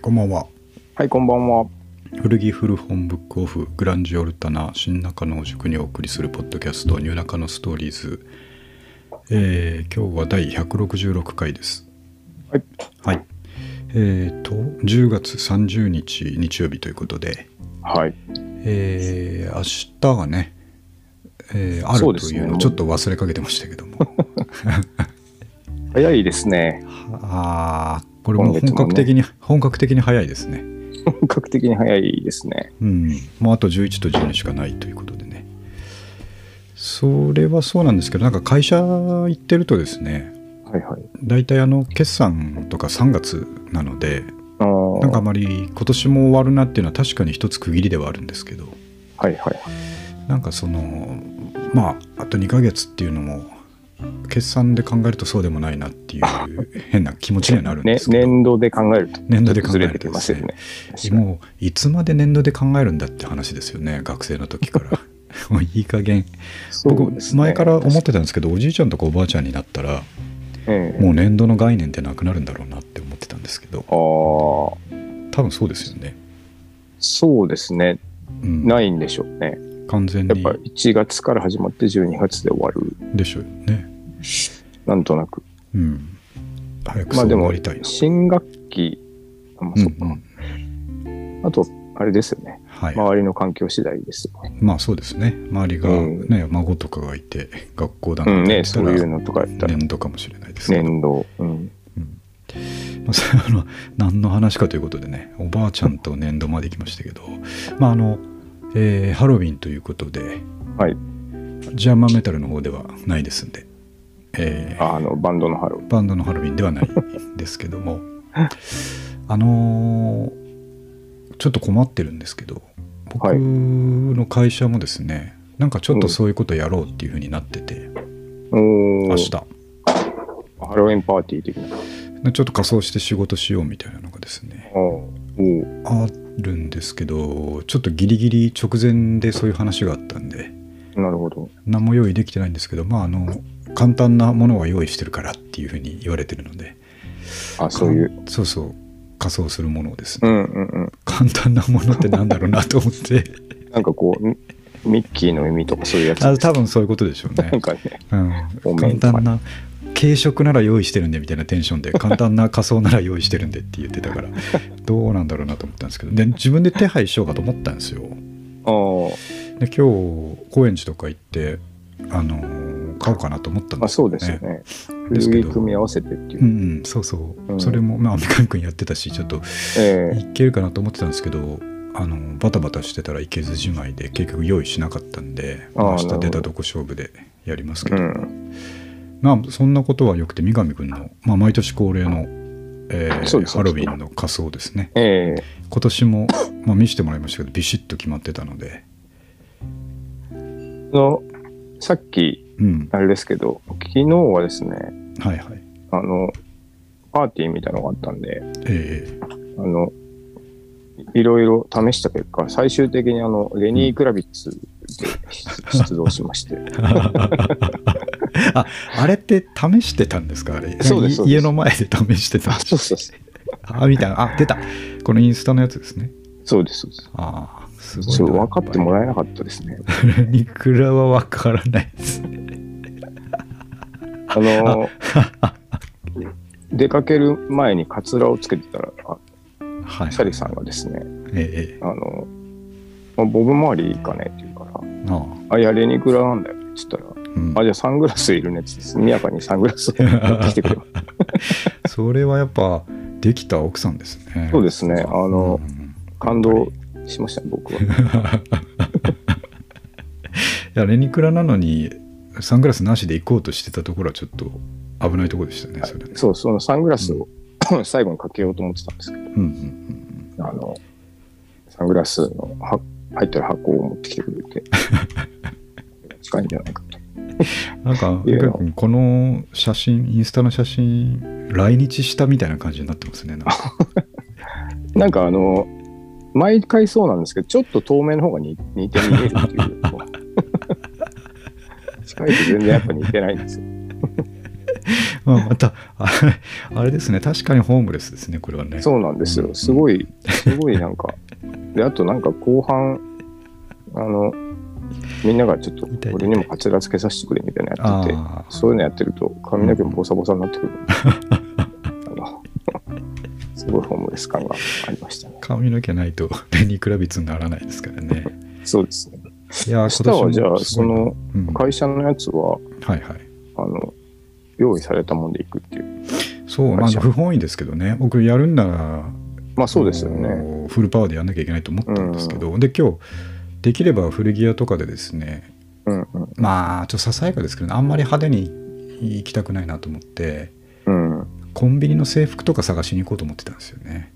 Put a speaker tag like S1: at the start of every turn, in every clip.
S1: こんばんは。
S2: はい、こんばんは。
S1: 古着古本ブックオフグランジオルタナ新中野を塾にお送りするポッドキャスト「ニューナカのストーリーズ」えー今日は第166回です。
S2: はい。
S1: はい。えっ、と10月30日日曜日ということで、
S2: はい。
S1: えー明日がね、えーあ
S2: そう
S1: る
S2: で
S1: と
S2: す
S1: い
S2: ね
S1: うのをちょっと忘れかけてましたけども。
S2: 早いですね。
S1: ああこれもう
S2: 今月
S1: 本
S2: もね
S1: 格的に、本格的に早いですね。
S2: 本格的に早いですね。
S1: うん、もうあと11と12しかないということでねそれはそうなんですけどなんか会社行ってるとですね
S2: はいはい。
S1: 大体あの決算とか3月なので
S2: あー
S1: なんかあまり今年も終わるなっていうのは確かに一つ区切りではあるんですけど
S2: はいはい。
S1: なんかそのまああと2ヶ月っていうのも決算で考えるとそうでもないなっていう変な気持ちにはなるんで
S2: ね
S1: す、けど、
S2: 年度で考えると。
S1: 年度で考え
S2: ずれ
S1: る
S2: て
S1: と
S2: き
S1: で
S2: ますす
S1: ね
S2: よね。
S1: もういつまで年度で考えるんだって話ですよね学生の時 からもういい加減
S2: そう
S1: 僕
S2: ですね
S1: 前から思ってたんですけどおじいちゃんとかおばあちゃんになったら
S2: ええ
S1: もう年度の概念ってなくなるんだろうなって思ってたんですけど
S2: ああ、
S1: 多分そうですよね、
S2: そうですね。
S1: うん、
S2: ないんでしょうね。
S1: 完全
S2: やっ
S1: に
S2: ぱ1月から始まって12月で終わる。
S1: でしょうね
S2: なんとなく。
S1: うん早く
S2: ま
S1: そ
S2: あ
S1: う
S2: で
S1: 終わ
S2: も
S1: りたい、な、
S2: 新学期、あまあ
S1: うん
S2: そうっか
S1: ん
S2: あと、あれですよね。
S1: はい、
S2: 周りの環境次第ですよね。
S1: まあそうですね周りが
S2: うん
S1: ね、孫とかがいて学校だ
S2: う
S1: なんって言
S2: ね、
S1: った
S2: そう
S1: ら
S2: いうのとか言ったら、
S1: 年度かもしれないですけど
S2: 年度。うん。
S1: まあそれはあの何の話かということでねおばあちゃんと年度まで行きましたけど、まああのえーハロウィンということで
S2: はい。
S1: ジャーマンメタルの方ではないですんで、えー
S2: あの、バンドのハロウ
S1: バンドのハロウィンではないんですけどもあのーちょっと困ってるんですけど僕
S2: はい
S1: の会社もですねなんかちょっとそういうことやろうっていうふうになってて、
S2: ィン。おー
S1: 明日ちょ
S2: ハロウィンパーティー的な。
S1: っと仮装して仕事しようみたいなのがですね
S2: おー
S1: あるんですけどちょっとギリギリ直前でそういう話があったんで
S2: なるほど。
S1: 何も用意できてないんですけどまああの簡単なものは用意してるからっていうふうに言われてるので
S2: あ、そういう。
S1: かんそうそう仮装するものをです
S2: う
S1: ね、
S2: んうん
S1: 簡単なものってなんだろうなと思って
S2: うん。なんかこう、ミミッキーの耳とかそういうやつ。
S1: あ多分そういうことでしょうね
S2: なんかね、
S1: うん、
S2: お面
S1: 簡単な軽食なら用意してるんでみたいなテンションで簡単な仮装なら用意してるんでって言ってたからどうなんだろうなと思ったんですけどで自分で手配しようかと思ったんですよ
S2: あー
S1: で今日高円寺とか行ってあのー買おうかなと思ったん
S2: まあ、
S1: ですけ
S2: そ
S1: ど、
S2: う
S1: ね、
S2: ですよね。
S1: ですけ
S2: 古
S1: ど
S2: 着組み合わせてっていう
S1: ん、
S2: う。
S1: うん、そうそう、
S2: うん
S1: それもまあみかんくんやってたしちょっと
S2: ええ
S1: いけるかなと思ってたんですけどあのバタバタしてたらいけずじまいで結局用意しなかったんで明
S2: あーなるほ
S1: 日
S2: ど
S1: 出たとこ勝負でやりますけ
S2: う
S1: ど、
S2: ん。
S1: まあそんなことはよくて三上くんの、まあ、毎年恒例の、えー
S2: そうです
S1: ハロウィンの仮装ですね
S2: ええ
S1: 今年も、まあ、見せてもらいましたけどビシッと決まってたので
S2: あの、さっき、
S1: うん
S2: あれですけど、昨日はですね、
S1: はいはい
S2: あの、パーティーみたいなのがあったんで、
S1: え え
S2: あの、いいろいろ試した結果、最終的にあの、レニー・クラビッツで出出動し まして、
S1: ああれって試してたんですかあれ
S2: そうですそうです
S1: 家の前で試してたん
S2: あ、
S1: です
S2: そうそうそう。
S1: あみたいなあ出たこのインスタのやつですね
S2: そうです、そうです。
S1: ああすごいな
S2: そう分かっても
S1: や
S2: らえなかったですね。
S1: っぱり ニクラは分からないですね
S2: あのー出かける前にカツラをつけてたら、あ
S1: はい
S2: シャリさんがですね、
S1: えええ
S2: あのまあ、ボブ周りいいかねって言うから、
S1: えああ
S2: あ、いや、レニクラなんだよって言ったら、
S1: うん
S2: あ、じゃあサングラスいるねって言って、速やかにサングラスを持ってきて くれまし
S1: それはやっぱできた奥さんですね
S2: た。そうですね、あの、
S1: うん
S2: 感動しました、僕は。
S1: いやレニクラなのにサングラスなしで行こうとしてたところはちょっと危ないところでしたねそれね
S2: そう、そのサングラスを 最後にかけようと思ってたんですけ
S1: うんうんうん
S2: ど、あの、サングラスのは入ってる箱を持ってきてくれ て、近いんじゃないかと。
S1: うんなんか
S2: いや
S1: ゆかり君この写真インスタの写真来日したみたいな感じになってますねなんか
S2: なんかあの、毎回そうなんですけど、ちょっと透明の方がに似て見えるって いう。近いと全然やっぱ似てないんですよ。
S1: まあまたあ れあれですね確かにホームレスですねこれはね
S2: そうなんですよ。すごい、すごいなんか。で、あとなんか後半、あの、みんながちょっと
S1: 痛い痛い
S2: 俺にもカツラつけさせてくれみたいなのやってて、
S1: ああ
S2: そういうのやってると髪の毛もボサボサになってく る。あのすごいホームレス感がありましたね。
S1: 髪の毛ないとレニー・クラビッツにならないですからね
S2: そうですね。
S1: いや
S2: 明
S1: ー
S2: 日はじゃあ、
S1: すご
S2: そ
S1: いな
S2: の
S1: うんはい
S2: 会社のやつは、
S1: はい
S2: あの、用意されたもんで行くっていう。
S1: そうまあ
S2: 会社
S1: 不本意ですけどね僕やるんなら
S2: まあそうですよ
S1: あ
S2: ね。
S1: のフルパワーでやんなきゃいけないと思ったんですけど、で今日できれば古着屋とかでですね
S2: うんうん
S1: まあちょっとささやかですけど、ね、あんまり派手に行きたくないなと思って
S2: うん。
S1: コンビニの制服とか探しに行こうと思ってたんですよね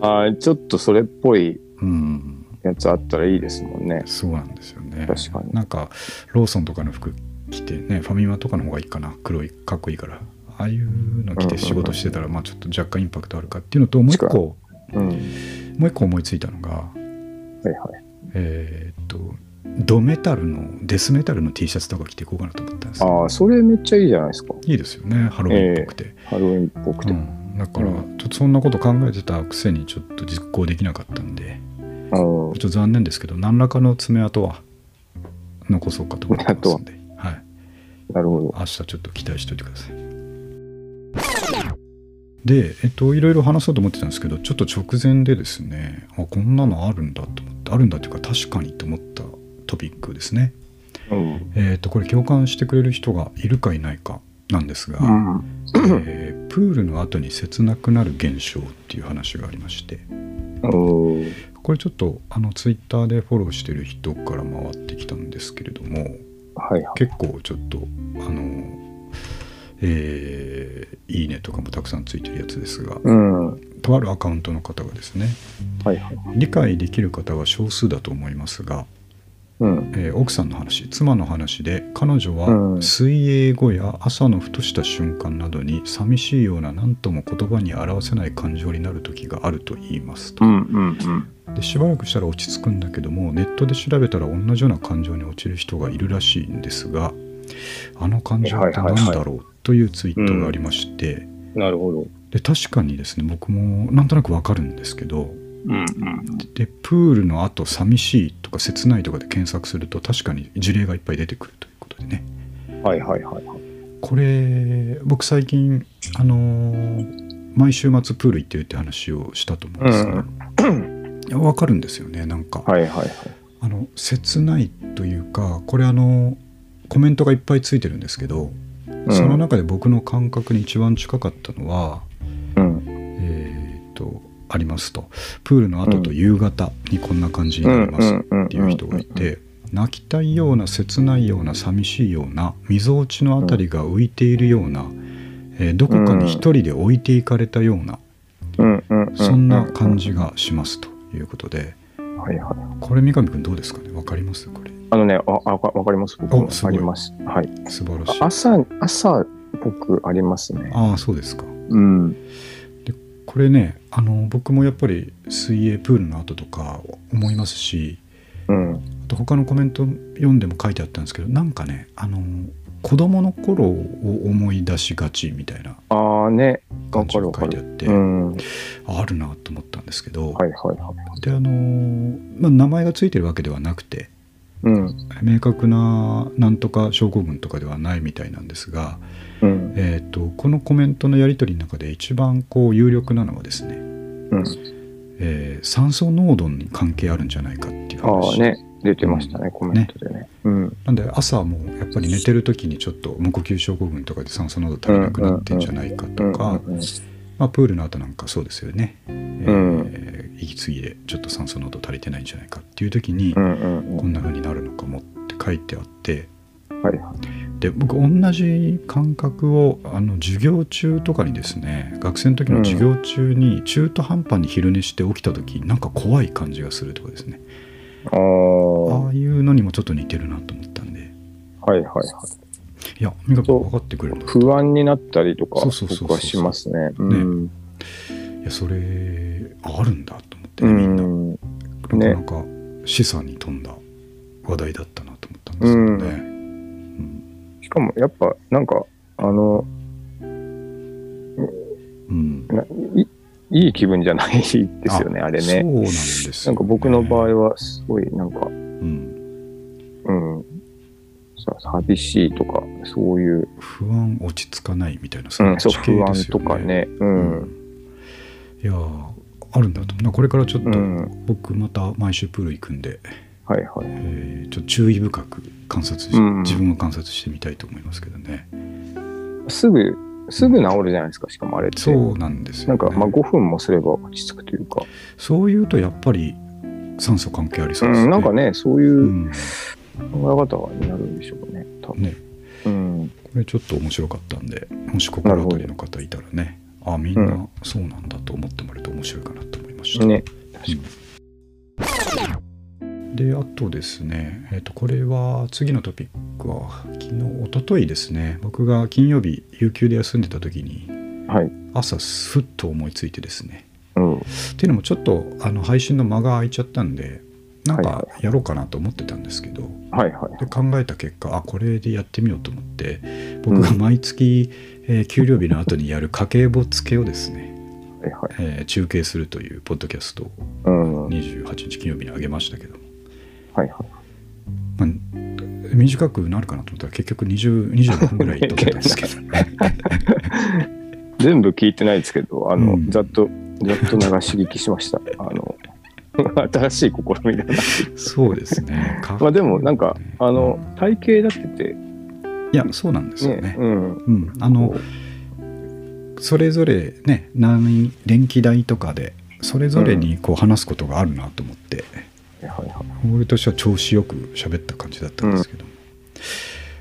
S2: あーちょっとそれっぽい
S1: うん
S2: やつあったらいいですもんね。
S1: そうなんですよね
S2: 確かに
S1: なんかローソンとかの服着てねファミマとかの方がいいかな黒いかっこいいからああいうの着て仕事してたら、まあちょっと若干インパクトあるかっていうのともう一
S2: 確かに
S1: 個
S2: うん。は
S1: もう一個思いついたのが
S2: いはい。
S1: えーっとドメタルのデスメタルの T シャツとか着ていこうかなと思ったんですよ
S2: ああ、それめっちゃいいじゃないですか。
S1: いいですよねハロウィンっぽくて、
S2: ハロウィンっぽくて。
S1: うんだからち
S2: う
S1: ょっとそんなこと考えてたくせにちょっと実行できなかったんで
S2: あの
S1: ちょっと残念ですけど何らかの爪痕は残そうかと思ってますん で、はい、
S2: なるほど。
S1: 明日ちょっと期待しておいてくださいでえっといろいろ話そうと思ってたんですけどちょっと直前でですねあこんなのあるんだと思ってあるんだというか確かにと思ったトピックですね
S2: うん。
S1: えー、とこれ共感してくれる人がいるかいないかなんですが、
S2: うん
S1: えープールの後に切なくなる現象っていう話がありまして
S2: うん。
S1: これちょっとあのツイッターでフォローしてる人から回ってきたんですけれども
S2: はいはい。
S1: 結構ちょっとあのえーいいねとかもたくさんついてるやつですが
S2: うん。はい
S1: とあるアカウントの方がですね
S2: はい。
S1: 理解できる方は少数だと思いますが
S2: うん。
S1: えー奥さんの話妻の話で彼女
S2: う
S1: は
S2: ん
S1: 水泳後や朝のふとした瞬間などに寂しいような何とも言葉に表せない感情になる時があると言いますと
S2: うんうんうん。
S1: でしばらくしたら落ち着くんだけどもネットで調べたら同じような感情に陥る人がいるらしいんですがあの感情って何だろうというツイートがありまして
S2: なるほど。
S1: で確かにですね僕もなんとなくわかるんですけど
S2: うんうん。
S1: でプールのあと寂しいとか切ないとかで検索すると確かに事例がいっぱい出てくるということでね
S2: はいはいはいはい。
S1: これ僕最近あのー毎週末プール行ってるって話をしたと思うんですが、わかるんですよねなんか、
S2: はいはいはい。
S1: あの切ないというかこれあのコメントがいっぱいついてるんですけど、
S2: うん
S1: その中で僕の感覚に一番近かったのは
S2: うん。
S1: えーっとありますとプールの後と夕方にこんな感じになりますっていう人がいて泣きたいような切ないような寂しいようなみぞおちのあたりが浮いているような、えーどこかに一人で置いていかれたような、
S2: うんうんうん。
S1: そんな感。じがしますということで
S2: はいはい。
S1: これ三上君どうですかねわかりますこれ
S2: あのね、あ、あわかわかります。僕も
S1: おすご
S2: あ
S1: い
S2: ります。はい。
S1: 素晴らしい
S2: あ朝、朝、僕ありますね。
S1: ああそうですか
S2: うん。
S1: これねあの僕もやっぱり水泳プールの後とか思いますし
S2: うん。
S1: あと他のコメント読んでも書いてあったんですけどなんかねあの子供の頃を思い出しがちみたいな
S2: ああね。
S1: 感
S2: わか
S1: じ
S2: る
S1: が
S2: わか
S1: 書いてあ
S2: る。
S1: って、
S2: うん。はい
S1: あるなと思ったんですけど、
S2: はいはい。
S1: であのー、まあ、名前がついてるわけではなくて
S2: うん。
S1: 明確ななんとか症候群とかではないみたいなんですが、
S2: うん。
S1: えー、とこのコメントのやり取りの中で一番こう有力なのはですね
S2: うん。
S1: えー酸素濃度に関係あるんじゃないかっていう
S2: ああ
S1: 話、
S2: ね、出てましたね、コメントでね。うん。
S1: なんで朝もやっぱり寝てる時にちょっと無呼吸症候群とかで酸素濃度足りなくなってんじゃないか
S2: う
S1: と
S2: ん
S1: か、
S2: うん
S1: まあ、プールの後なんかそうですよね、えー
S2: うん
S1: 息継ぎでちょっと酸素濃度足りてないんじゃないかっていう時に
S2: う、んうん
S1: こんな風になるのかもって書いてあって
S2: うん。はいはい。
S1: で僕同じ感覚をあの授業中とかにですね学生の時の授業中に中途半端に昼寝して起きた時なんか怖い感じがするとかですね
S2: あ
S1: あ
S2: あ、
S1: あいうのにもちょっと似てるなと思ったんで
S2: はいはいはい。
S1: いや三上
S2: そ
S1: 君
S2: う
S1: 分かってくれるんだ
S2: 不安になったりとか、
S1: そうそうそうそう
S2: 僕はしますね。うん。
S1: いやそれあるんだと思ってね
S2: う
S1: みんな、
S2: ん。
S1: なかなか示唆に富んだ話題だったなと思ったんですけどね、うん
S2: しかも、やっぱ、なんか、あの、
S1: うん、
S2: ないいい気分じゃないですよね、あれ
S1: そう
S2: ね。
S1: なんですよ、ね。
S2: なんか僕の場合は、すごい、なんか、
S1: うん、
S2: うん、さ寂しいとか、そういう、
S1: 不安落ち着かないみたいな
S2: う
S1: さ
S2: ん、そう不安とか。ね、う、
S1: うんん、いやーあるんだと思う。これからちょっ
S2: う
S1: と、
S2: ん、
S1: 僕また毎週プール行くんで、
S2: はいはい。
S1: えーちょっと注意深く観察し、
S2: うん
S1: 自分を観察してみたいと思いますけどね。
S2: すぐ、すぐ治るじゃないですか、しかもあれって。
S1: そうなんです
S2: な
S1: よ、
S2: ん
S1: ね。
S2: か、まあ、5分もすれば落ち着くというか、
S1: そういうとやっぱり酸素関係ありそうです
S2: う
S1: ね。
S2: ん、なんかね、そういう
S1: うん
S2: 考え方になるんでしょうね、多分。
S1: ね
S2: うん、
S1: これちょっと面白かったんでもし心当たりの方いたらねあみん
S2: う
S1: なそうなんだと思ってもらえると面白いかなと思いました、
S2: ね、
S1: であとですね、えっとこれは次のトピックは昨日一昨日ですね僕が金曜日有給で休んでた時に
S2: はい。
S1: 朝ふっと思いついてですね
S2: うん、
S1: っていうのもちょっとあの配信の間が空いちゃったんでなん
S2: はい
S1: か
S2: は
S1: やろうかなと思ってたんですけど、
S2: はいはい。
S1: で考えた結果あこれでやってみようと思って僕が毎月、えー給料日の後にやる家計簿付けをですね、
S2: はいはい。
S1: えー中継するというポッドキャストを
S2: うん、はい
S1: 28日金曜日に上げましたけど、
S2: はい。
S1: まあ、短くなるかなと思ったら結局20 25分ぐらい撮ってたん ですけど
S2: 全部聞いてないですけど、あの、
S1: うん
S2: ざっと、ざっと流し聞きしました。 あの、新しい試みだな。
S1: そうですね。家計簿
S2: まあでも、なんか
S1: ね、
S2: あの、体型立て
S1: いやそうなんですよ
S2: て、ね、
S1: ね。
S2: うん。
S1: うん、あのそれぞれね何電気代とかでそれぞれにこう話すことがあるなと思って。
S2: はいはいはい。
S1: 俺としては調子よく喋った感じだったんですけども、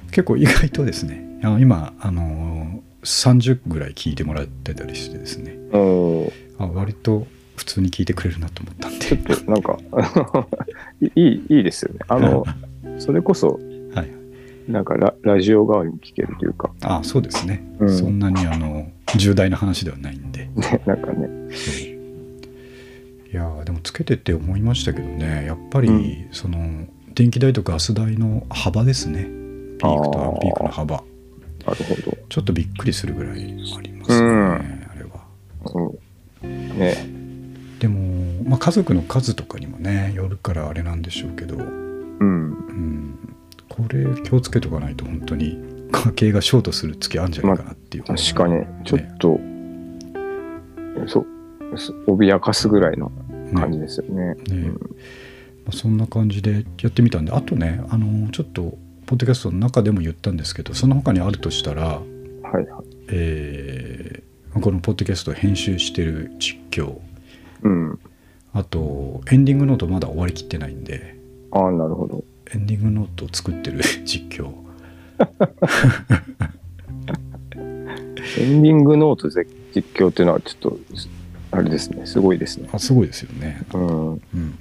S1: 結構意外とですねあの今、あのー30ぐらい聞いてもらってたりしてですね
S2: うん
S1: あ割と普通に聞いてくれるなと思ったんで
S2: ちょっとなんか いいいいですよね。あのそれこそ
S1: はい
S2: なんかララジオ代わりに聞けるというか、
S1: あそうですね、
S2: うん
S1: そんなにあの重大な話ではないんで
S2: ね、 なんかね、
S1: いやーでもつけてて思いましたけどねやっぱり、
S2: うん
S1: その電気代とガス代の幅ですねピークとアンピークの幅
S2: なるほ
S1: ちょっとびっくりするぐらいありますね、
S2: うん
S1: あれは。
S2: ど。うん、ね、
S1: でも、まあ、家族の数とかにもねよるからあれなんでしょうけど、う
S2: うん、
S1: ん、これ気をつけとかないと本当に家計がショートする月あるんじゃないかなっていう、
S2: 確かにちょっと、そうす脅かすぐらいの感じですよね。
S1: ねねまあそんな感じでやってみたんであとねあのちょっとポッドキャストの中でも言ったんですけどその他にあるとしたら、
S2: うん、はいはい。
S1: えーこのポッドキャストを編集してる実況
S2: うん、
S1: あとエンディングノートまだ終わりきってないんで
S2: ああなるほど。
S1: エンディングノートを作ってる 実況
S2: エンディングノートで実況っていうのはちょっとすあれですね、すごいですね。
S1: あすごいですよね
S2: うん、うん、
S1: うん、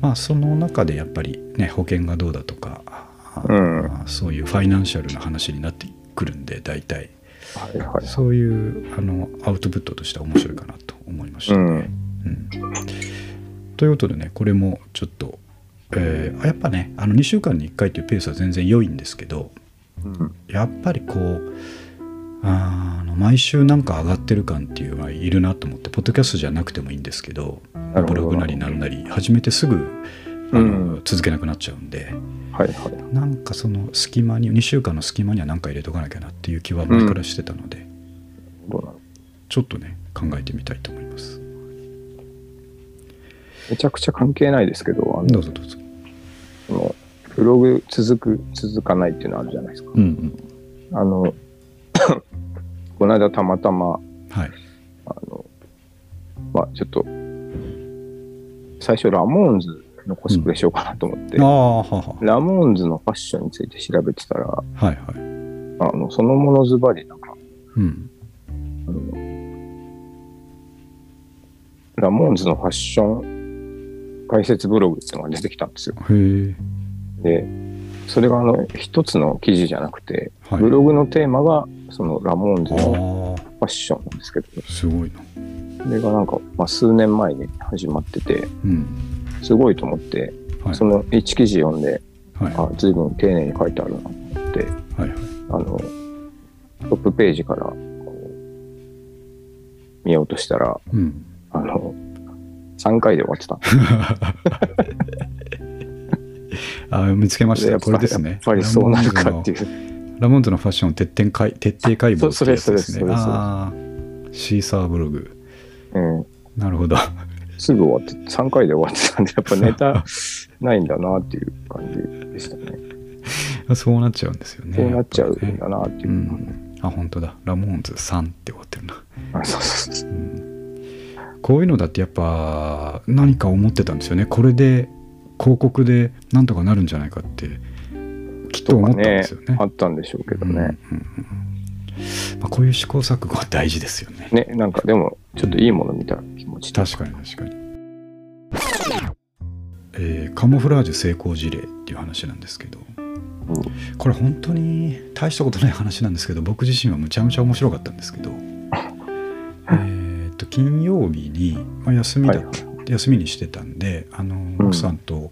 S1: まあその中でやっぱりね保険がどうだとか、
S2: うん
S1: そういうファイナンシャルな話になってくるんで大体
S2: はいはい。
S1: そういうあのアウトプットとしては面白いかなと思いまし
S2: う
S1: た、
S2: ん、
S1: うんということでねこれもちょっと、えーやっぱねあの2週間に1回というペースは全然良いんですけど
S2: うん、
S1: やっぱりこうあーあの毎週なんか上がってる感っていうのはいるなと思ってポッドキャストじゃなくてもいいんですけど
S2: なるほど
S1: ブログなりなんなり始めてすぐあの、
S2: うん
S1: 続けなくなっちゃうんで
S2: はいはい。
S1: なんかその隙間に2週間の隙間には何か入れとかなきゃなっていう気は前からしてたので、
S2: どうなの
S1: ちょっとね考えてみたいと思います
S2: めちゃくちゃ関係ないですけど、あの
S1: どうぞどうぞ
S2: そのブログ続く続かないっていうのあるじゃないですか。
S1: うん
S2: あの この間たまたま
S1: うんはい
S2: あの、まあ、ちょっと最初ラモーンズのコスプレしようかなと思って、
S1: ああはは
S2: ラモーンズのファッションについて調べてたら
S1: はいはい
S2: あのそのものズバリなんか
S1: うん
S2: あのラモーンズのファッション解説ブログっていうのが出てきたんですよ。
S1: へえ
S2: でそれがあの一つの記事じゃなくて、
S1: はい
S2: ブログのテーマがそのラモーンズの
S1: あ
S2: ファッションなんですけど、
S1: あすごいな
S2: それがなんか、まあ、数年前に始まってて、
S1: うん
S2: すごいと思って、
S1: はい
S2: その1記事読んで、
S1: はい
S2: あ、随分丁寧に書いてあるなと思って、
S1: はいはい
S2: あの、ページからこう見ようとしたら、
S1: うん。
S2: あの、3回で終わってた。
S1: あ見つけまし
S2: で
S1: た。
S2: やっぱ
S1: これですね。
S2: やっぱりそうなるかっていう。
S1: ラモンズのファッション徹底解徹底解剖ってやつですね
S2: そ。うそれそれそれそれ
S1: ああ、シーサーブログ。
S2: うん、
S1: なるほど。
S2: すぐ終わって、3回で終わってたんで、やっぱネタないんだなっていう感じでした ね。
S1: そうなっちゃうんですよね。
S2: そうなっちゃう
S1: やぱり
S2: ん
S1: ね
S2: だなっていうう。
S1: ん。あ、本当だ。ラモーンズ3って終わってるな。
S2: あそうそうそう
S1: うんこういうのだってやっぱ何か思ってたんですよね。これで広告でなんとかなるんじゃないかってきっと
S2: と
S1: 思
S2: か
S1: ったんで
S2: ね
S1: すよね。
S2: あったんでしょうけどね。
S1: うんうんうんまあ、こういう試行錯誤は大事ですよね。
S2: ね、なんかでも、ちょっといいもの見た気持ちと
S1: 確かに確かに、えーカモフラージュ成功事例っていう話なんですけど、これ本当に大したことない話なんですけど僕自身はむちゃむちゃ面白かったんですけどえーっと金曜日に、まあ、休みだ、
S2: はいはい
S1: 休みにしてたんであの、
S2: うん
S1: 奥さんと、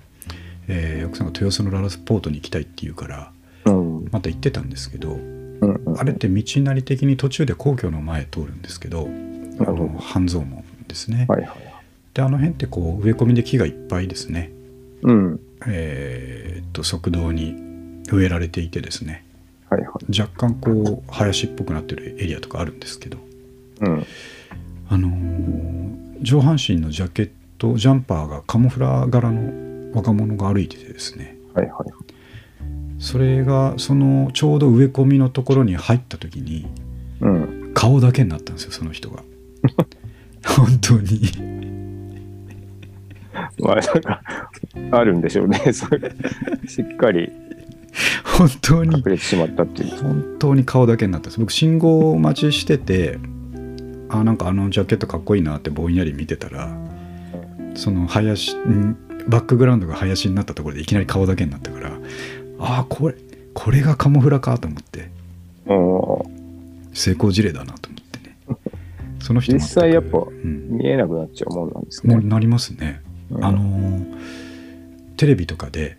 S1: えー奥さんが豊洲のララスポートに行きたいって言うから
S2: うん。
S1: また行ってたんですけど、
S2: うんうん
S1: あれって道なり的に途中で皇居の前通るんですけどあ
S2: なるほ
S1: の
S2: ど
S1: 半蔵門ですね、
S2: はいはい。
S1: であの辺ってこう植え込みで木がいっぱいですね
S2: うん。
S1: えーっと側道に植えられていてですね
S2: はいはい。
S1: 若干こう林っぽくなってるエリアとかあるんですけど
S2: うん。
S1: あのー上半身のジャケットジャンパーがカモフラ柄の若者が歩いててですね
S2: はいはい。
S1: それがそのちょうど植え込みのところに入った時に
S2: うん。
S1: 顔だけになったんですよその人が本当に
S2: まあ、なんか、あるんでしょうね。 それしっかり
S1: 本当
S2: 隠
S1: に
S2: れてしまったっていう。
S1: 本当に顔だけになったんです僕信号待ちしててあなんかあのジャケットかっこいいなってぼんやり見てたらその林んバックグラウンドが林になったところでいきなり顔だけになったからああこれこれがカモフラかと思って
S2: うん。
S1: 成功事例だなと思ってねその人全く
S2: 実際やっぱ
S1: うん、
S2: 見えなくなっちゃうもんなんです
S1: もう
S2: ね。
S1: なりますね、
S2: うん
S1: あのーテレビとかで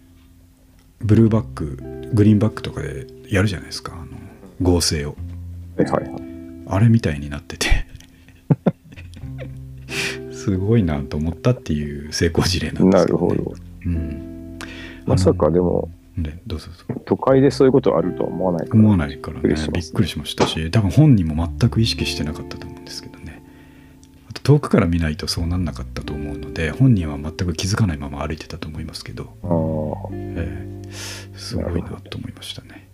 S1: ブルーバックグリーンバックとかでやるじゃないですかあの合成を
S2: はいはいはい。
S1: あれみたいになってて すごいなと思ったっていう成功事例なんで
S2: な
S1: すけ
S2: る
S1: ど、ね、
S2: ほど。
S1: うん、
S2: まさかでも、
S1: あのねどうぞどうぞ
S2: 都会でそういうことあるとは思わないから。
S1: 思わないからねび
S2: びっくりします
S1: っくりしましたし多分本人も全く意識してなかったと思うんですけどねあと遠くから見ないとそうなんなかったと思うので本人は全く気づかないまま歩いてたと思いますけど、
S2: あー
S1: ええすごいなと思いました ね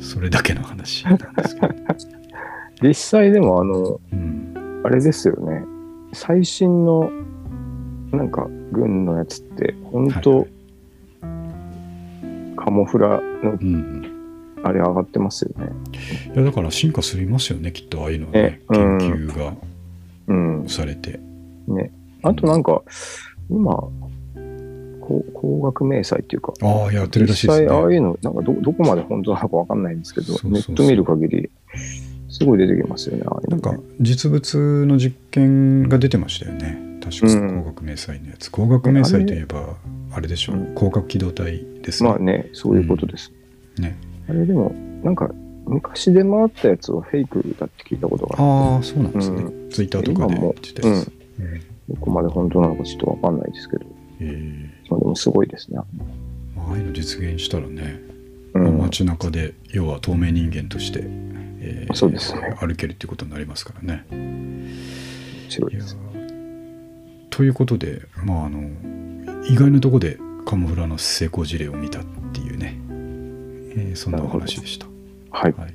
S1: それだけの話なんですけど、
S2: 実際でも、あの、
S1: うん、
S2: あれですよね。最新の、なんか、軍のやつって、本当、
S1: はい
S2: カモフラの
S1: うんうん
S2: あれ上がってますよね。
S1: いやだから進化すりますよねきっとああいうのはね
S2: ええ
S1: 研
S2: うん
S1: 究が
S2: うん。
S1: されて、
S2: ね。あとなんか、今、こう工学迷彩っていうか、
S1: ああやってるらしい
S2: 実
S1: です
S2: 際
S1: ね
S2: ああいうの、なんかどどこまで本当なのかわかんないんですけど、
S1: そうそうそう
S2: ネット見る限り、すごい出てきますよね、ああいう
S1: な
S2: の
S1: ん
S2: ね
S1: か実物の実験が出てましたよね確
S2: う
S1: か
S2: ん
S1: 光学迷彩のやつ光学迷彩といえばあれでしょう
S2: うん
S1: 光学機動隊ですね、
S2: まあね、そういうことです。
S1: ね
S2: あれでも、なんか、昔出回ったやつはフェイクだって聞いたことがあ
S1: ああそうなんですね、
S2: う
S1: ツイッターとかで
S2: 今も
S1: 自体です、うん
S2: る。どこまで本当なのかちょっとわかんないですけど、
S1: えー
S2: まあでもすごいですね。
S1: まあああいうの実現したらね、
S2: う
S1: まあ
S2: ん。
S1: 街中で要は透明人間として、えー
S2: そうですね
S1: 歩けるっていうことになりますからね
S2: 面白
S1: い
S2: い
S1: や
S2: です。
S1: ということで、まあ、あの意外なとこでカモフラの成功事例を見たっていうね、えーそんなお話でした。
S2: はい。
S1: はい、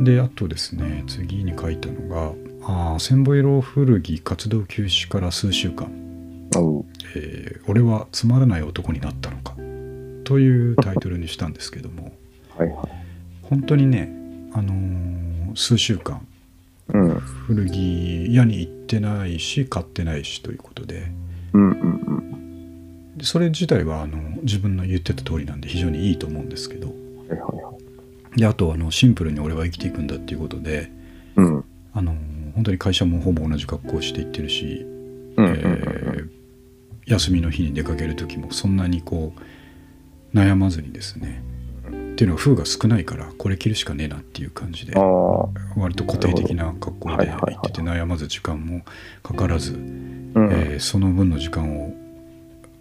S1: であとですね次に書いたのが「あー千本色古着活動休止から数週間、
S2: うん
S1: えー俺はつまらない男になったのか」というタイトルにしたんですけども
S2: はいはい。
S1: 本当にね、あのー数週間
S2: うん。うん
S1: 古着屋に行ってないし買ってないしということで
S2: うんうん。
S1: でそれ自体はあの自分の言ってた通りなんで非常にいいと思うんですけど
S2: はいはいはい。
S1: であとあのシンプルに俺は生きていくんだっていうことで
S2: うん。うん
S1: あの本当に会社もほぼ同じ格好をしていってるし、
S2: うん
S1: え
S2: うん。
S1: ー休みの日に出かける時もそんなにこう悩まずにですねっていうのは風が少ないからこれ着るしかねえなっていう感じで
S2: ああ、
S1: 割と固定的な格好で
S2: なる
S1: 行
S2: ほどはいはいはい
S1: ってて悩まず時間もかからず、
S2: うん。
S1: えーその分の時間を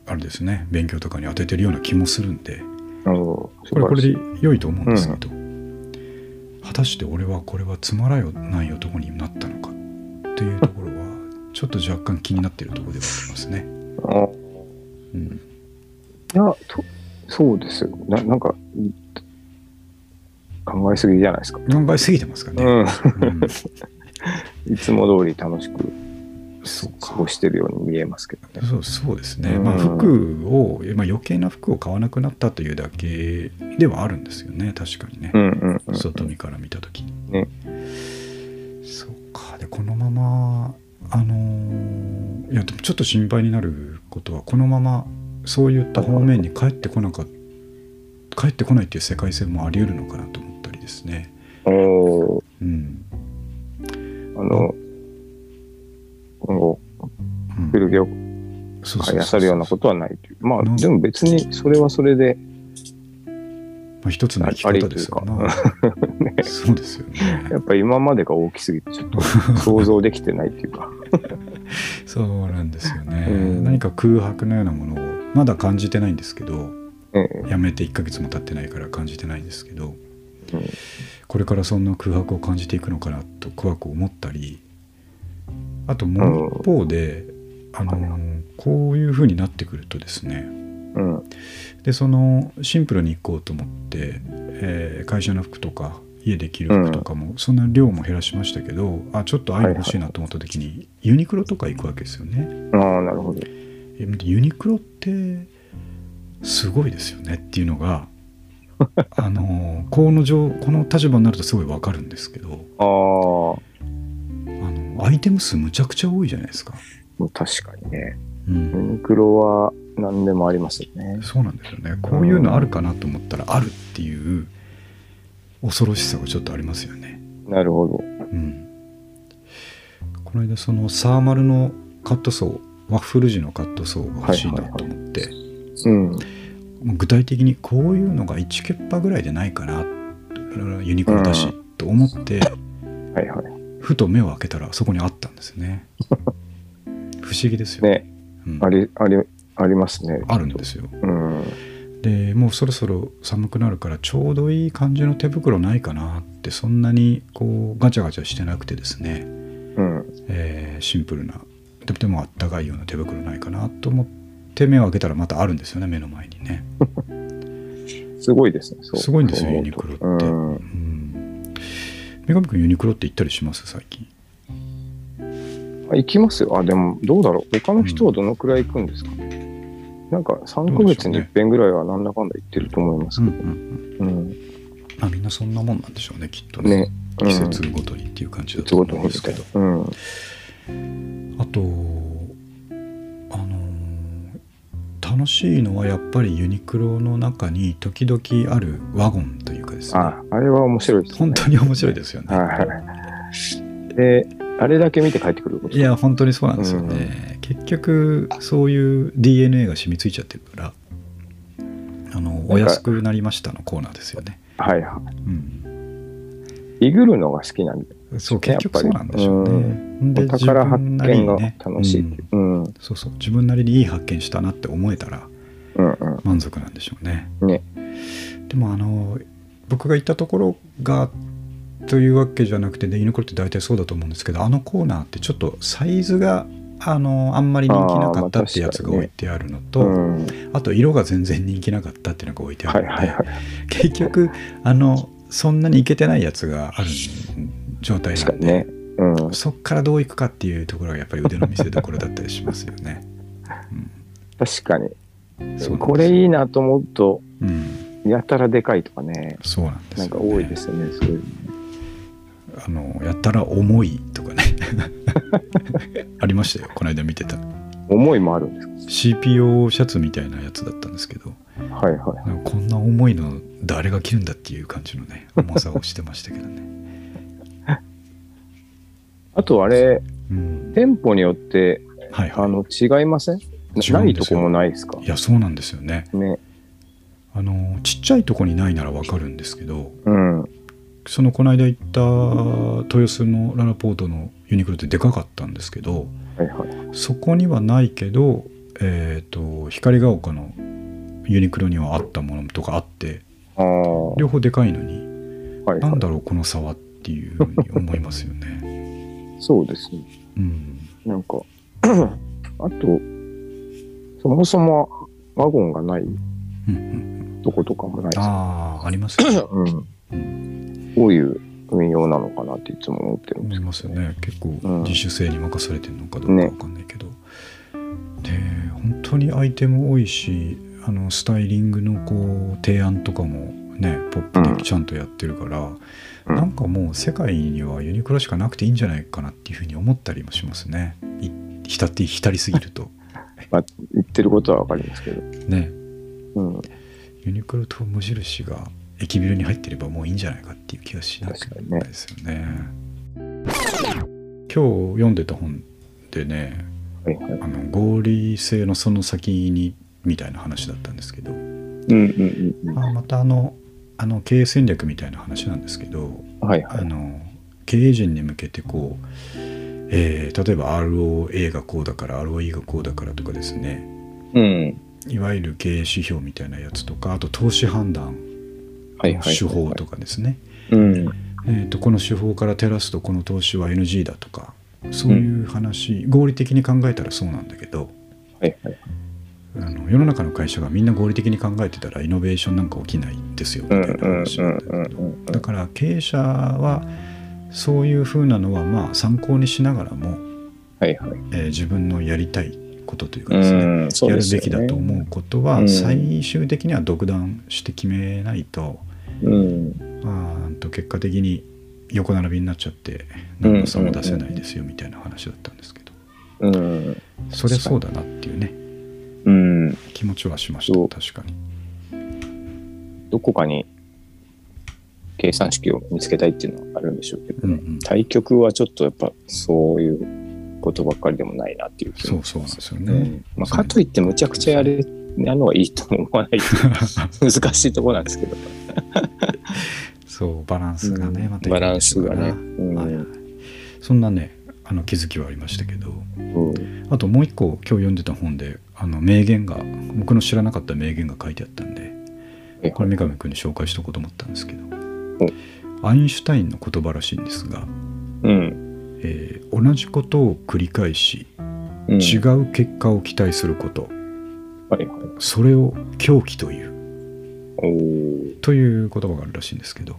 S1: あれですね勉強とかに当ててるような気もするんで
S2: なるほど。
S1: これこれ
S2: 素晴らしい
S1: で良いと思うんですけど、果たして俺はこれはつまらない男になったのかっていうところはちょっと若干気になってるところではありますね。
S2: ああ
S1: うん、
S2: いや、とそうですよ。ななんか、うん考えすぎじゃないですか。
S1: 考えすぎてますかね。
S2: う
S1: うん、
S2: ん。いつも通り楽しく
S1: そう
S2: 過
S1: か
S2: ごしてるように見えますけどね。
S1: そうそうですね、
S2: うん
S1: まあ、服を、まあ、余計な服を買わなくなったというだけではあるんですよね確かにね
S2: う、んうんうん。
S1: 外見から見た時に、
S2: ね
S1: そうかでこのままあのーいやでもちょっと心配になることはこのままそういった方面に帰ってこなか帰ってこないっていう世界線もあり得るのかなと思ったりですね
S2: おー
S1: うん、
S2: あの、今後、
S1: うん
S2: 古着を
S1: そう
S2: 買い漁るような
S1: そ
S2: ことはないという。まあ、
S1: なん
S2: でも別にそれはそれで、
S1: まあ、一つの生き方ですよ
S2: あり
S1: ね そうですよね
S2: やっぱり今までが大きすぎて、ちょっ と想像できてないっていうか。
S1: そうなんですよね、
S2: うん
S1: 何か空白のようなものをまだ感じてないんですけど
S2: ええ
S1: やめて1ヶ月も経ってないから感じてないんですけど、
S2: うん
S1: これからそんな空白を感じていくのかなと怖く思ったりあともう一方で、あの
S2: は
S1: こういう風になってくるとですね
S2: うん。
S1: でそのシンプルに行こうと思って、えー会社の服とか家で着る服とかも、そんな量も減らしましたけどあちょっとああいうの欲しいなと思った時に、ユニクロとか行くわけですよね。
S2: ああ、なるほど。
S1: えユニクロってすごいですよねっていうの があのこの上この立場になるとすごいわかるんですけど
S2: ああ、も
S1: あのアイテム数むちゃくちゃ多いじゃないですか、
S2: う確かにね。
S1: うん
S2: ユニクロは何でもありますよね。
S1: そうなんですよねこういうのあるかなと思ったらあるっていう恐ろしさがちょっとありますよね、
S2: なるほど。
S1: うん、この間そのサーマルのカットソーワッフル時のカットソーが欲しいなと思って、
S2: うん。
S1: もう具体的にこういうのが1ケッパぐらいでないかなユニクロだし、
S2: う
S1: と思って
S2: はいはい。
S1: ふと目を開けたらそこにあったんですね不思議ですよ、
S2: ね、
S1: うん
S2: あり、あり、ありますね。
S1: あるんですよ
S2: うん。
S1: でもうそろそろ寒くなるからちょうどいい感じの手袋ないかなってそんなにこうガチャガチャしてなくてですね、
S2: うん。
S1: えーシンプルなでもでもあったかいような手袋ないかなと思って目を開けたらまたあるんですよね目の前にね
S2: すごいですね。そう
S1: すごいんですよ
S2: そう
S1: ユ
S2: 思
S1: ニ
S2: うと
S1: クロって、
S2: うん。
S1: うん女神くんユニクロって行ったりします最近
S2: あ行きますよ。あ、でも、どうだろう。他の人はどのくらい行くんですかね。なんか、3ヶ月に一遍ぐらいはなんだかんだ行ってると思いますけど。うん。
S1: まあみんなそんなもんなんでしょうねきっとね
S2: ね。
S1: 季節ごとにっていう感じ
S2: うん。
S1: だと
S2: 季節ご
S1: 思
S2: と
S1: うん
S2: に
S1: で
S2: み
S1: す
S2: た
S1: け
S2: い
S1: ど
S2: な。うん。
S1: あとあのー楽しいのはやっぱりユニクロの中に時々あるワゴンというかですね
S2: あ、あれは面白いですね。
S1: 本当に面白いですよね、
S2: はいはい。で、あれだけ見て帰ってくること。
S1: いや本当にそうなんですよね、結局そういう DNA が染みついちゃってるからあのお安くなりましたのコーナーですよね、
S2: はいは
S1: うん、
S2: い。イグるのが好きなんで、
S1: そう
S2: や
S1: 結
S2: っ
S1: 局そ
S2: ぱり
S1: うなんでしょうね。
S2: う
S1: で
S2: お宝発見が楽しい
S1: 自分なりにね
S2: っていう。うん。うん
S1: うんそうそう自分なりにいい発見したなって思えたら
S2: うん。
S1: 満足なんでしょうね。
S2: ね
S1: でもあの僕が行ったところがというわけじゃなくてねユニクロって大体そうだと思うんですけどあのコーナーってちょっとサイズがあのあんまり人気なかったってやつが置いてあるのとあ,、
S2: うん。
S1: と色が全然人気なかったっていうのが置いてあ
S2: は
S1: る
S2: い
S1: ので、
S2: はいはい。
S1: 結局あのそんなにいけてないやつがある状態なんで
S2: 確かにね。うん。
S1: そっからどういくかっていうところがやっぱり腕の見せ所だったりしますよね。
S2: 確かに。
S1: そう
S2: これいいなと思うと、
S1: うん、
S2: やたらでかいとかね。
S1: そうなんですよ、ね。
S2: なんか多いですよね。そういう
S1: あのやったら重いとかね ありましたよこの間見てた
S2: 思いもあるんです
S1: CPO シャツみたいなやつだったんですけど
S2: けど。はいはい。
S1: なんかこんな重いの誰が着るんだっていう感じのね重さをしてましたけどね。
S2: あとあれ、
S1: うん、
S2: 店舗によって、
S1: はい
S2: あ
S1: はい。
S2: の、違いませんな
S1: 違う
S2: なんい
S1: で
S2: と
S1: すよ
S2: こもないですか
S1: いやそうなんですよね。
S2: ね。
S1: あのちっちゃいとこにないならわかるんですけど
S2: うん。
S1: そのこの間行った豊洲のララポートのユニクロってでかかったんですけど
S2: はいはい。
S1: そこにはないけど、えー、と光が丘のユニクロにはあったものとかあって
S2: ああ。
S1: 両方でかいのに
S2: はい
S1: な
S2: は
S1: んだろうこの差はっていうふうに思いますよ ね。
S2: い。そうですね。
S1: うん、
S2: なんか、 あと、そもそもワゴンがない
S1: うんうん、
S2: とことかもないです
S1: ああありますよね。
S2: うん
S1: うん
S2: どういう運用なのかなっていつも思ってる
S1: 思
S2: んです
S1: い
S2: けど
S1: ますよね結構
S2: うん
S1: 自主性に任されてるのかどうかわかんないけど、で本当にアイテム多いしあのスタイリングのこう提案とかもねポップ
S2: うん
S1: でちゃんとやってるから、
S2: うん
S1: なんかもう世界にはユニクロしかなくていいんじゃないかなっていうふうに思ったりもしますねい浸って浸りすぎると
S2: 言ってることはわかりますけど。
S1: ね
S2: うん。
S1: ユニクロと無印が駅ビルに入ってればもういいんじゃないかっていう気がしなく
S2: 確かに
S1: な
S2: ね
S1: いですよね今日読んでた本でね
S2: はいはい。
S1: あの合理性のその先にみたいな話だったんですけど、
S2: うんうんうんうん。
S1: まあ、またあのあの経営戦略みたいな話なんですけど
S2: はいは
S1: あ
S2: い。
S1: の経営陣に向けてこう、えー例えば ROA がこうだから ROE がこうだからとかですね
S2: うん。
S1: いわゆる経営指標みたいなやつとかあと投資判断
S2: はいはい。
S1: 手法とかですね、
S2: うん。
S1: えー、とこの手法から照らすとこの投資は NG だとかそういう話、合理的に考えたらそうなんだけど、
S2: はいはい。
S1: あの世の中の会社がみんな合理的に考えてたらイノベーションなんか起きないんですよみ
S2: う
S1: たい
S2: ん
S1: うなん
S2: うん
S1: 話なん
S2: う
S1: だけど
S2: んうん。
S1: だから経営者はそういうふうなのはまあ参考にしながらも、
S2: はいは
S1: え
S2: い。
S1: ー自分のやりたいことというかですね
S2: うん。そう
S1: やる
S2: です
S1: べ
S2: よ
S1: き
S2: ね
S1: だと思うこと
S2: う
S1: は
S2: ん
S1: 最終的には独断して決めないと、
S2: うん。
S1: あーんと結果的に横並びになっちゃって何の差も出せないですよみたいな話だったんですけど、
S2: うん。
S1: そりゃそうだなっていうね
S2: うん。
S1: 気持ちはしまし
S2: そう
S1: た確かに。
S2: どこかに計算式を見つけたいっていうのはあるんでしょうけ
S1: う
S2: ど
S1: んう
S2: ね、
S1: ん
S2: 対局はちょっとやっぱそういうことばっかりでもないなっていう気
S1: そ
S2: も
S1: うそうなんですよ
S2: う
S1: ね。
S2: んまあ、かといってむちゃくちゃやれなのはいいとも思わない難しいところ なんですけど、
S1: そうバランスがね、
S2: うん
S1: また
S2: バランスがね、
S1: いいですよねはいはいそんなねあの気づきはありましたけど
S2: うん
S1: あともう一個今日読んでた本であの名言が僕の知らなかった名言が書いてあったん
S2: え
S1: でこれ三上君に紹介しとこうと思ったんですけどアインシュタインの言葉らしいんですが、
S2: うん
S1: えー同じことを繰り返し
S2: うん、
S1: 違う結果を期待すること、
S2: はいはい
S1: それを狂気という
S2: おー
S1: という言葉があるらしいんですけど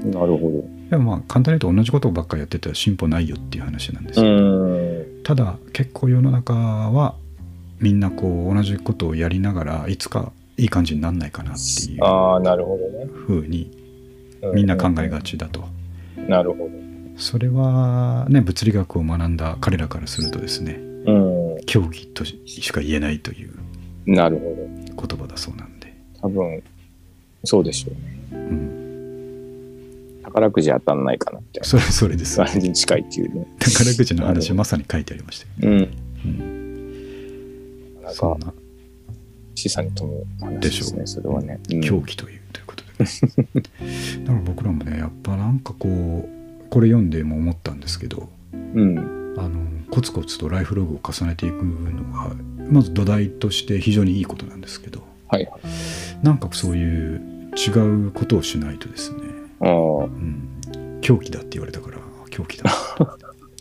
S2: なるほ
S1: でもまあ簡単に言うと同じことばっかりやってたら進歩ないよっていう話なんです
S2: ど
S1: よ
S2: うん
S1: ただ結構世の中はみんなこう同じことをやりながらいつかいい感じになんないかなっていう
S2: ああなるほどね
S1: ふうに
S2: う
S1: みんな考えがちだと
S2: なるほ
S1: それはね物理学を学んだ彼らからするとですね
S2: どう
S1: 競技としか言えないというん
S2: なるほど
S1: 言葉だそうなんで、
S2: 多分そうでしょう
S1: う
S2: ね
S1: ん、
S2: 宝くじ当たんないかなって
S1: それはそれ です
S2: それに近いっていうね
S1: 宝くじの話はまさに書いてありましたよ、
S2: うん
S1: うん、
S2: なん
S1: そ
S2: か
S1: んな
S2: 資産に富む話
S1: で
S2: で
S1: しょ
S2: す
S1: う
S2: ねそれはね、うん
S1: 狂気というということで、ね、だから僕らもねやっぱなんかこうこれ読んでも思ったんですけど
S2: うん
S1: あのコツコツとライフログを重ねていくのがまず土台として非常にいいことなんですけど
S2: はいはい
S1: なんかそういう違うことをしないとですね、
S2: ああ
S1: うん、狂気だって言われたから狂気だ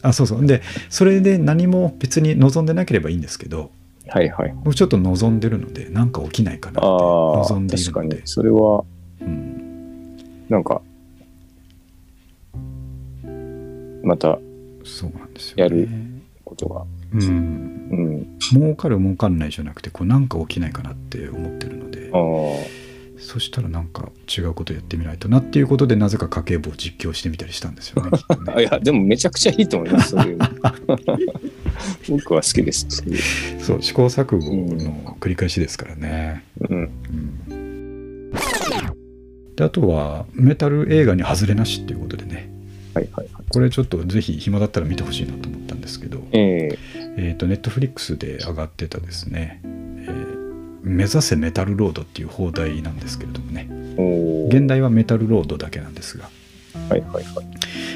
S1: あそうそうでそれで何も別に望んでなければいいんですけど
S2: はいはい
S1: 僕ちょっと望んでるのでなんか起きないかなって
S2: ああ
S1: 望んでい
S2: 確
S1: る
S2: か
S1: の
S2: に
S1: で、
S2: それは
S1: うん、
S2: なんかまた
S1: そうなんですよ、ね、
S2: やることが
S1: うん
S2: うん
S1: 儲かる儲かんないじゃなくてこうなんか起きないかなって思ってるので
S2: ああ
S1: そしたらなんか違うことやってみないとなっていうことでなぜか家計簿を実況してみたりしたんですよ ね。きっとね
S2: あいやでもめちゃくちゃいいと思いますそ ういうの僕は好きですそういう
S1: そう試行錯誤の繰り返しですからね。
S2: うん
S1: うんであとはメタル映画に外れなしっていうことでね
S2: はいはいはい
S1: これちょっとぜひ暇だったら見てほしいなと思ったんですけど
S2: ええ
S1: えっ、とネットフリックスで上がってたですね、えー目指せメタルロード」っていう放題なんですけれどもね
S2: おー
S1: 現代はメタルロードだけなんですが
S2: はいはいはい。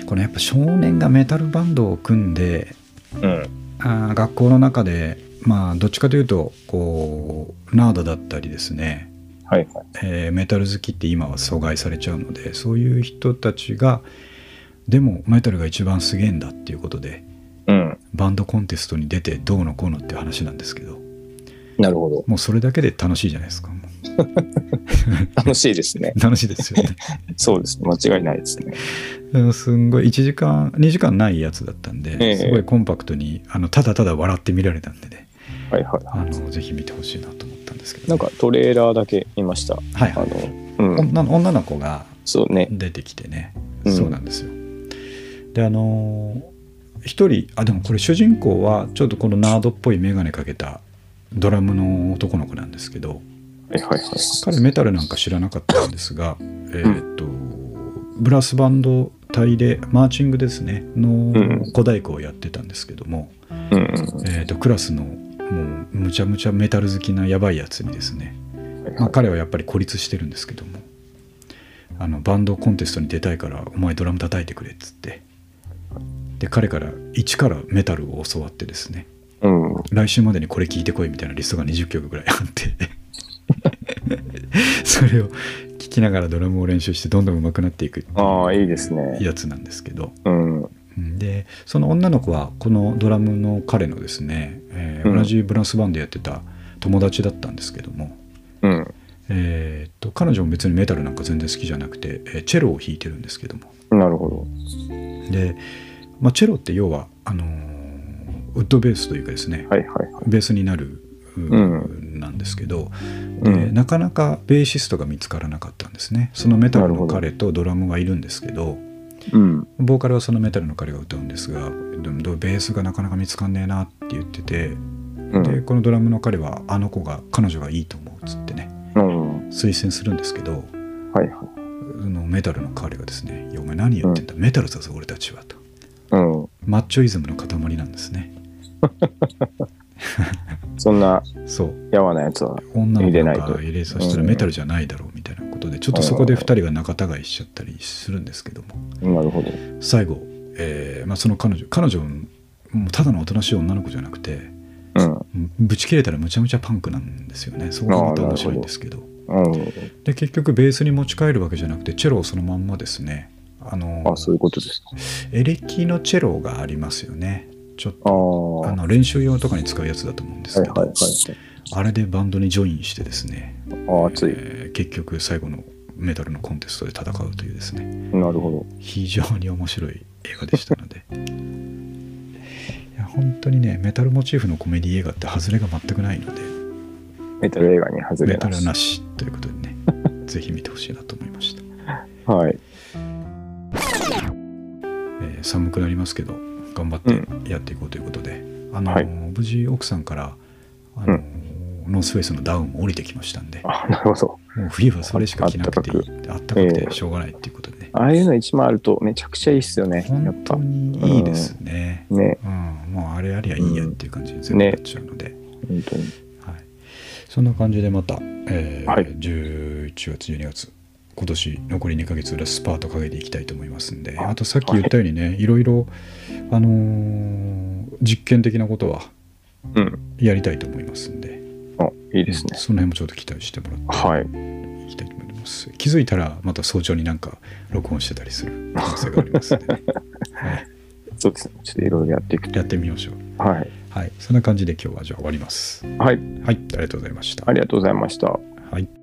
S1: このやっぱ少年がメタルバンドを組んで
S2: うん。
S1: あー学校の中でまあどっちかというとこうナードだったりですね
S2: はいはい。
S1: えーメタル好きって今は阻害されちゃうのでそういう人たちがでもメタルが一番すげえんだっていうことで
S2: うん。
S1: バンドコンテストに出てどうのこうのっていう話なんですけど
S2: なるほど。
S1: もうそれだけで楽しいじゃないですかも
S2: 楽しいですね。
S1: う楽しいですよ ね
S2: そうですね。間違いないですね。
S1: うんすんごい1時間2時間ないやつだったん
S2: え
S1: で
S2: え
S1: すごいコンパクトにあのただただ笑って見られたんでね
S2: はいはい
S1: あ
S2: は
S1: のぜひ見てほしいなと思ったんですけ
S2: い。
S1: ど
S2: なん
S1: ね、
S2: かトレーラーだけ見ました。
S1: はい
S2: あ
S1: はい
S2: の、うん。
S1: 女の女の子が
S2: そうね。
S1: 出てきてね、
S2: うん
S1: そうなんですよであのー一人あでもこれ主人公はちょっとこのナードっぽい眼鏡かけたドラムの男の子なんですけど
S2: はいはいはい。
S1: 彼メタルなんか知らなかったんですがえーっとブラスバンド隊でマーチングですねの
S2: ん
S1: 小太鼓をやってたんですけども、
S2: うんうん
S1: えーっとクラスのもうむちゃむちゃメタル好きなやばいやつにですね
S2: うん。はい
S1: まあ、
S2: は
S1: 彼はやっぱり孤立してるんですけどもあのバンドコンテストに出たいからお前ドラム叩いてくれっつってで彼から一からメタルを教わってですね
S2: い。うん。は
S1: 来週までにこれ聴いてこいみたいなリストが20曲ぐらいあって それを聴きながらドラムを練習してどんどん上手くなっていくって
S2: ああ、
S1: いう
S2: いいですね。
S1: やつなんですけど
S2: うん。は
S1: うんでその女の子はこのドラムの彼のですね、えー
S2: うん
S1: 同じブラスバンドやってた友達だったんですけども、
S2: うん。
S1: えーっと彼女も別にメタルなんか全然好きじゃなくて、えーチェロを弾いてるんですけども
S2: なるほど。
S1: で、まあ、チェロって要はあのーウッドベースというかですね、
S2: はいはいはい。
S1: ベースになるう
S2: う
S1: なんですけど、
S2: う
S1: で
S2: ん。
S1: なかなかベーシストが見つからなかったんですねそのメタル
S2: なる
S1: の
S2: ほど
S1: 彼とドラムがいるんですけど
S2: うん。
S1: ボーカルはそのメタルの彼が歌うんですがでもどうベースがなかなか見つかんねえなって言ってて、
S2: う
S1: で
S2: ん。
S1: このドラムの彼はあの子が彼女がいいと思うっつってね
S2: うん。
S1: 推薦するんですけど
S2: はいはい。
S1: あのメタルの彼がですね「いやお前何言ってんだ、メタルだぞ俺たちは」と
S2: うん。
S1: マッチョイズムの塊なんですね
S2: そんな、
S1: そう
S2: やわなやつは。
S1: 女の
S2: 入れ
S1: 子
S2: な
S1: ないん
S2: と
S1: か入れさせたら
S2: うん
S1: メタルじゃないだろうみたいなことでちょっとそこで2人が仲違いしちゃったりするんですけども
S2: なるほど。
S1: 最後、えーまあ、その彼女彼女もうただのおとなしい女の子じゃなくて
S2: うん。
S1: ぶち切れたらむちゃむちゃパンクなんですよねそこがまた面白いんですけど
S2: うん。
S1: で結局ベースに持ち帰るわけじゃなくてチェロをそのまんまですねあの
S2: あ、そういうことですか。
S1: エレキのチェロがありますよねちょっと
S2: ああ。
S1: あ
S2: は
S1: の練習用とかに使うやつだと思うんで
S2: い
S1: す
S2: はい
S1: けど、
S2: はい。
S1: あれでバンドにジョインしてですね、
S2: ああ、熱い。
S1: えー結局最後のメダルのコンテストで戦うというですね
S2: なるほど。
S1: 非常に面白い映画でしたのでいや本当にねメタルモチーフのコメディ映画って外れが全くないので
S2: メタル映画に外れ
S1: メ
S2: な
S1: タル
S2: し
S1: なしということで ねぜひ見てほしいなと思いました、
S2: はい。
S1: えー寒くなりますけど頑張ってやっていこうということで、あのー
S2: はい
S1: 無事奥さんからあのー、ノースフェイスのダウンも降りてきましたんで
S2: あ、なるほど。
S1: もう冬はそれしか着なくていい
S2: あ
S1: あ
S2: っ
S1: ったかくてしょうがないっていうことでね、
S2: ああいうの一枚あるとめちゃくちゃいいっすよね。やっ
S1: 本当
S2: ぱ。
S1: にいいですね、
S2: ね、
S1: うんもうあれありゃいいやっていう感じに全部なっちゃうので、
S2: 本当に。
S1: はい、そんな感じでまた、えー
S2: はい
S1: 11月12月今年残り2ヶ月裏スパートかけていきたいと思いますんであとさっき言ったようにね、い、ろいろ、あのー実験的なことは
S2: うん。
S1: やりたいと思いますんで
S2: あ、いいですね。
S1: その辺もちょっと期待してもらって
S2: はい。
S1: いきたいと思います。気づいたらまた早朝になんか録音してたりする可能性がありますのでね、 はい
S2: そうですね。ちょっといろいろやっていく。
S1: やってみましょう。
S2: はい。
S1: はい、そんな感じで今日はじゃあ終わります。
S2: はい。
S1: はい、ありがとうございました。
S2: ありがとうございました。
S1: はい